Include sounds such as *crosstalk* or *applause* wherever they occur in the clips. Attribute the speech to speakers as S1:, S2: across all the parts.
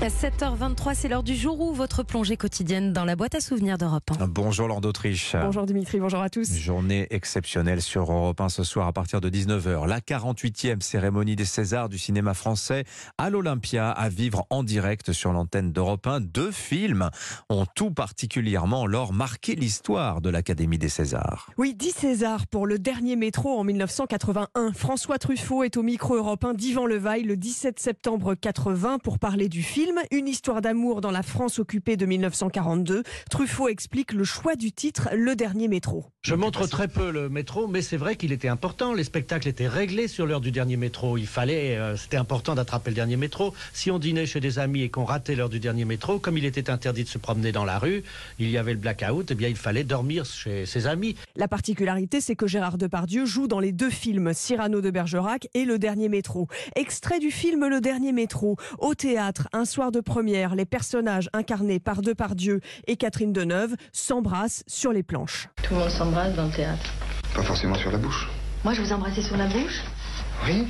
S1: À 7h23, c'est l'heure du jour où votre plongée quotidienne dans la boîte à souvenirs d'Europe 1.
S2: Bonjour Laure d'Autriche.
S3: Bonjour Dimitri, bonjour à tous.
S2: Journée exceptionnelle sur Europe 1 ce soir à partir de 19h. La 48e cérémonie des Césars du cinéma français à l'Olympia à vivre en direct sur l'antenne d'Europe 1. Deux films ont tout particulièrement, Laure, marqué l'histoire de l'Académie des Césars.
S3: Oui, 10 César pour le dernier métro en 1981. François Truffaut est au micro européen d'Yvan Levaille le 17 septembre 80 pour parler du film Une histoire d'amour dans la France occupée de 1942. Truffaut explique le choix du titre Le dernier métro.
S4: Je montre très peu le métro, mais c'est vrai qu'il était important. Les spectacles étaient réglés sur l'heure du dernier métro. Il fallait, euh, c'était important d'attraper le dernier métro. Si on dînait chez des amis et qu'on ratait l'heure du dernier métro, comme il était interdit de se promener dans la rue, il y avait le blackout, eh bien il fallait dormir chez ses amis.
S3: La particularité, c'est que Gérard Depardieu joue dans les deux films Cyrano de Bergerac et Le Dernier Métro. Extrait du film Le Dernier Métro. Au théâtre, un soir de première, les personnages incarnés par Depardieu et Catherine Deneuve s'embrassent sur les planches.
S5: Tout le monde s'embrasse dans le théâtre.
S6: Pas forcément sur la bouche.
S5: Moi, je vous embrassais sur la bouche.
S6: Oui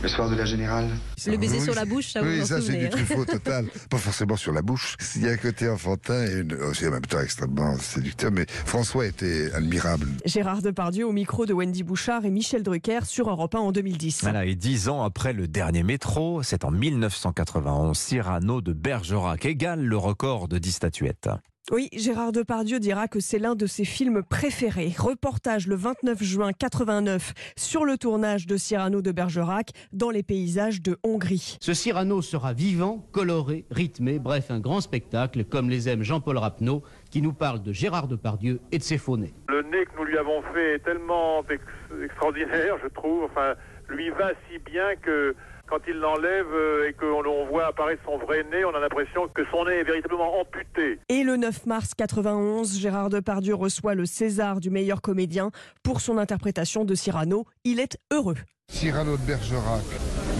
S6: Le soir de la générale.
S1: Le baiser
S7: Oui.
S1: sur la bouche, ça vous
S7: Oui,
S1: en
S7: ça c'est
S1: souvenez.
S7: du
S1: hein. *laughs*
S7: truffaut total. Pas forcément sur la bouche. Il y a un côté enfantin et une- aussi en même temps extrêmement séducteur. Mais François était admirable.
S3: Gérard Depardieu au micro de Wendy Bouchard et Michel Drucker sur Europe 1 en 2010.
S2: Voilà, et dix ans après le dernier métro, c'est en 1991, Cyrano de Bergerac égale le record de 10 statuettes.
S3: Oui, Gérard Depardieu dira que c'est l'un de ses films préférés. Reportage le 29 juin 89 sur le tournage de Cyrano de Bergerac dans les paysages de Hongrie.
S8: Ce Cyrano sera vivant, coloré, rythmé, bref, un grand spectacle, comme les aime Jean-Paul Rapneau, qui nous parle de Gérard Depardieu et de ses faux nez.
S9: Le nez que nous lui avons fait est tellement ex- extraordinaire, je trouve. Enfin, lui va si bien que quand il l'enlève euh, et qu'on on voit apparaître son vrai nez, on a l'impression que son nez est véritablement amputé.
S3: Et le 9 mars 91, Gérard Depardieu reçoit le César du meilleur comédien pour son interprétation de Cyrano. Il est heureux.
S7: Cyrano de Bergerac,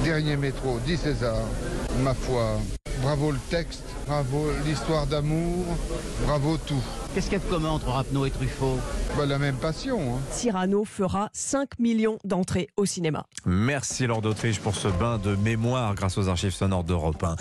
S7: dernier métro, dit César. Ma foi, bravo le texte, bravo l'histoire d'amour, bravo tout.
S8: Qu'est-ce qu'il y a de commun entre Rapneau et Truffaut
S7: Bah, la même passion. hein.
S3: Cyrano fera 5 millions d'entrées au cinéma.
S2: Merci Laure d'Autriche pour ce bain de mémoire grâce aux archives sonores d'Europe 1.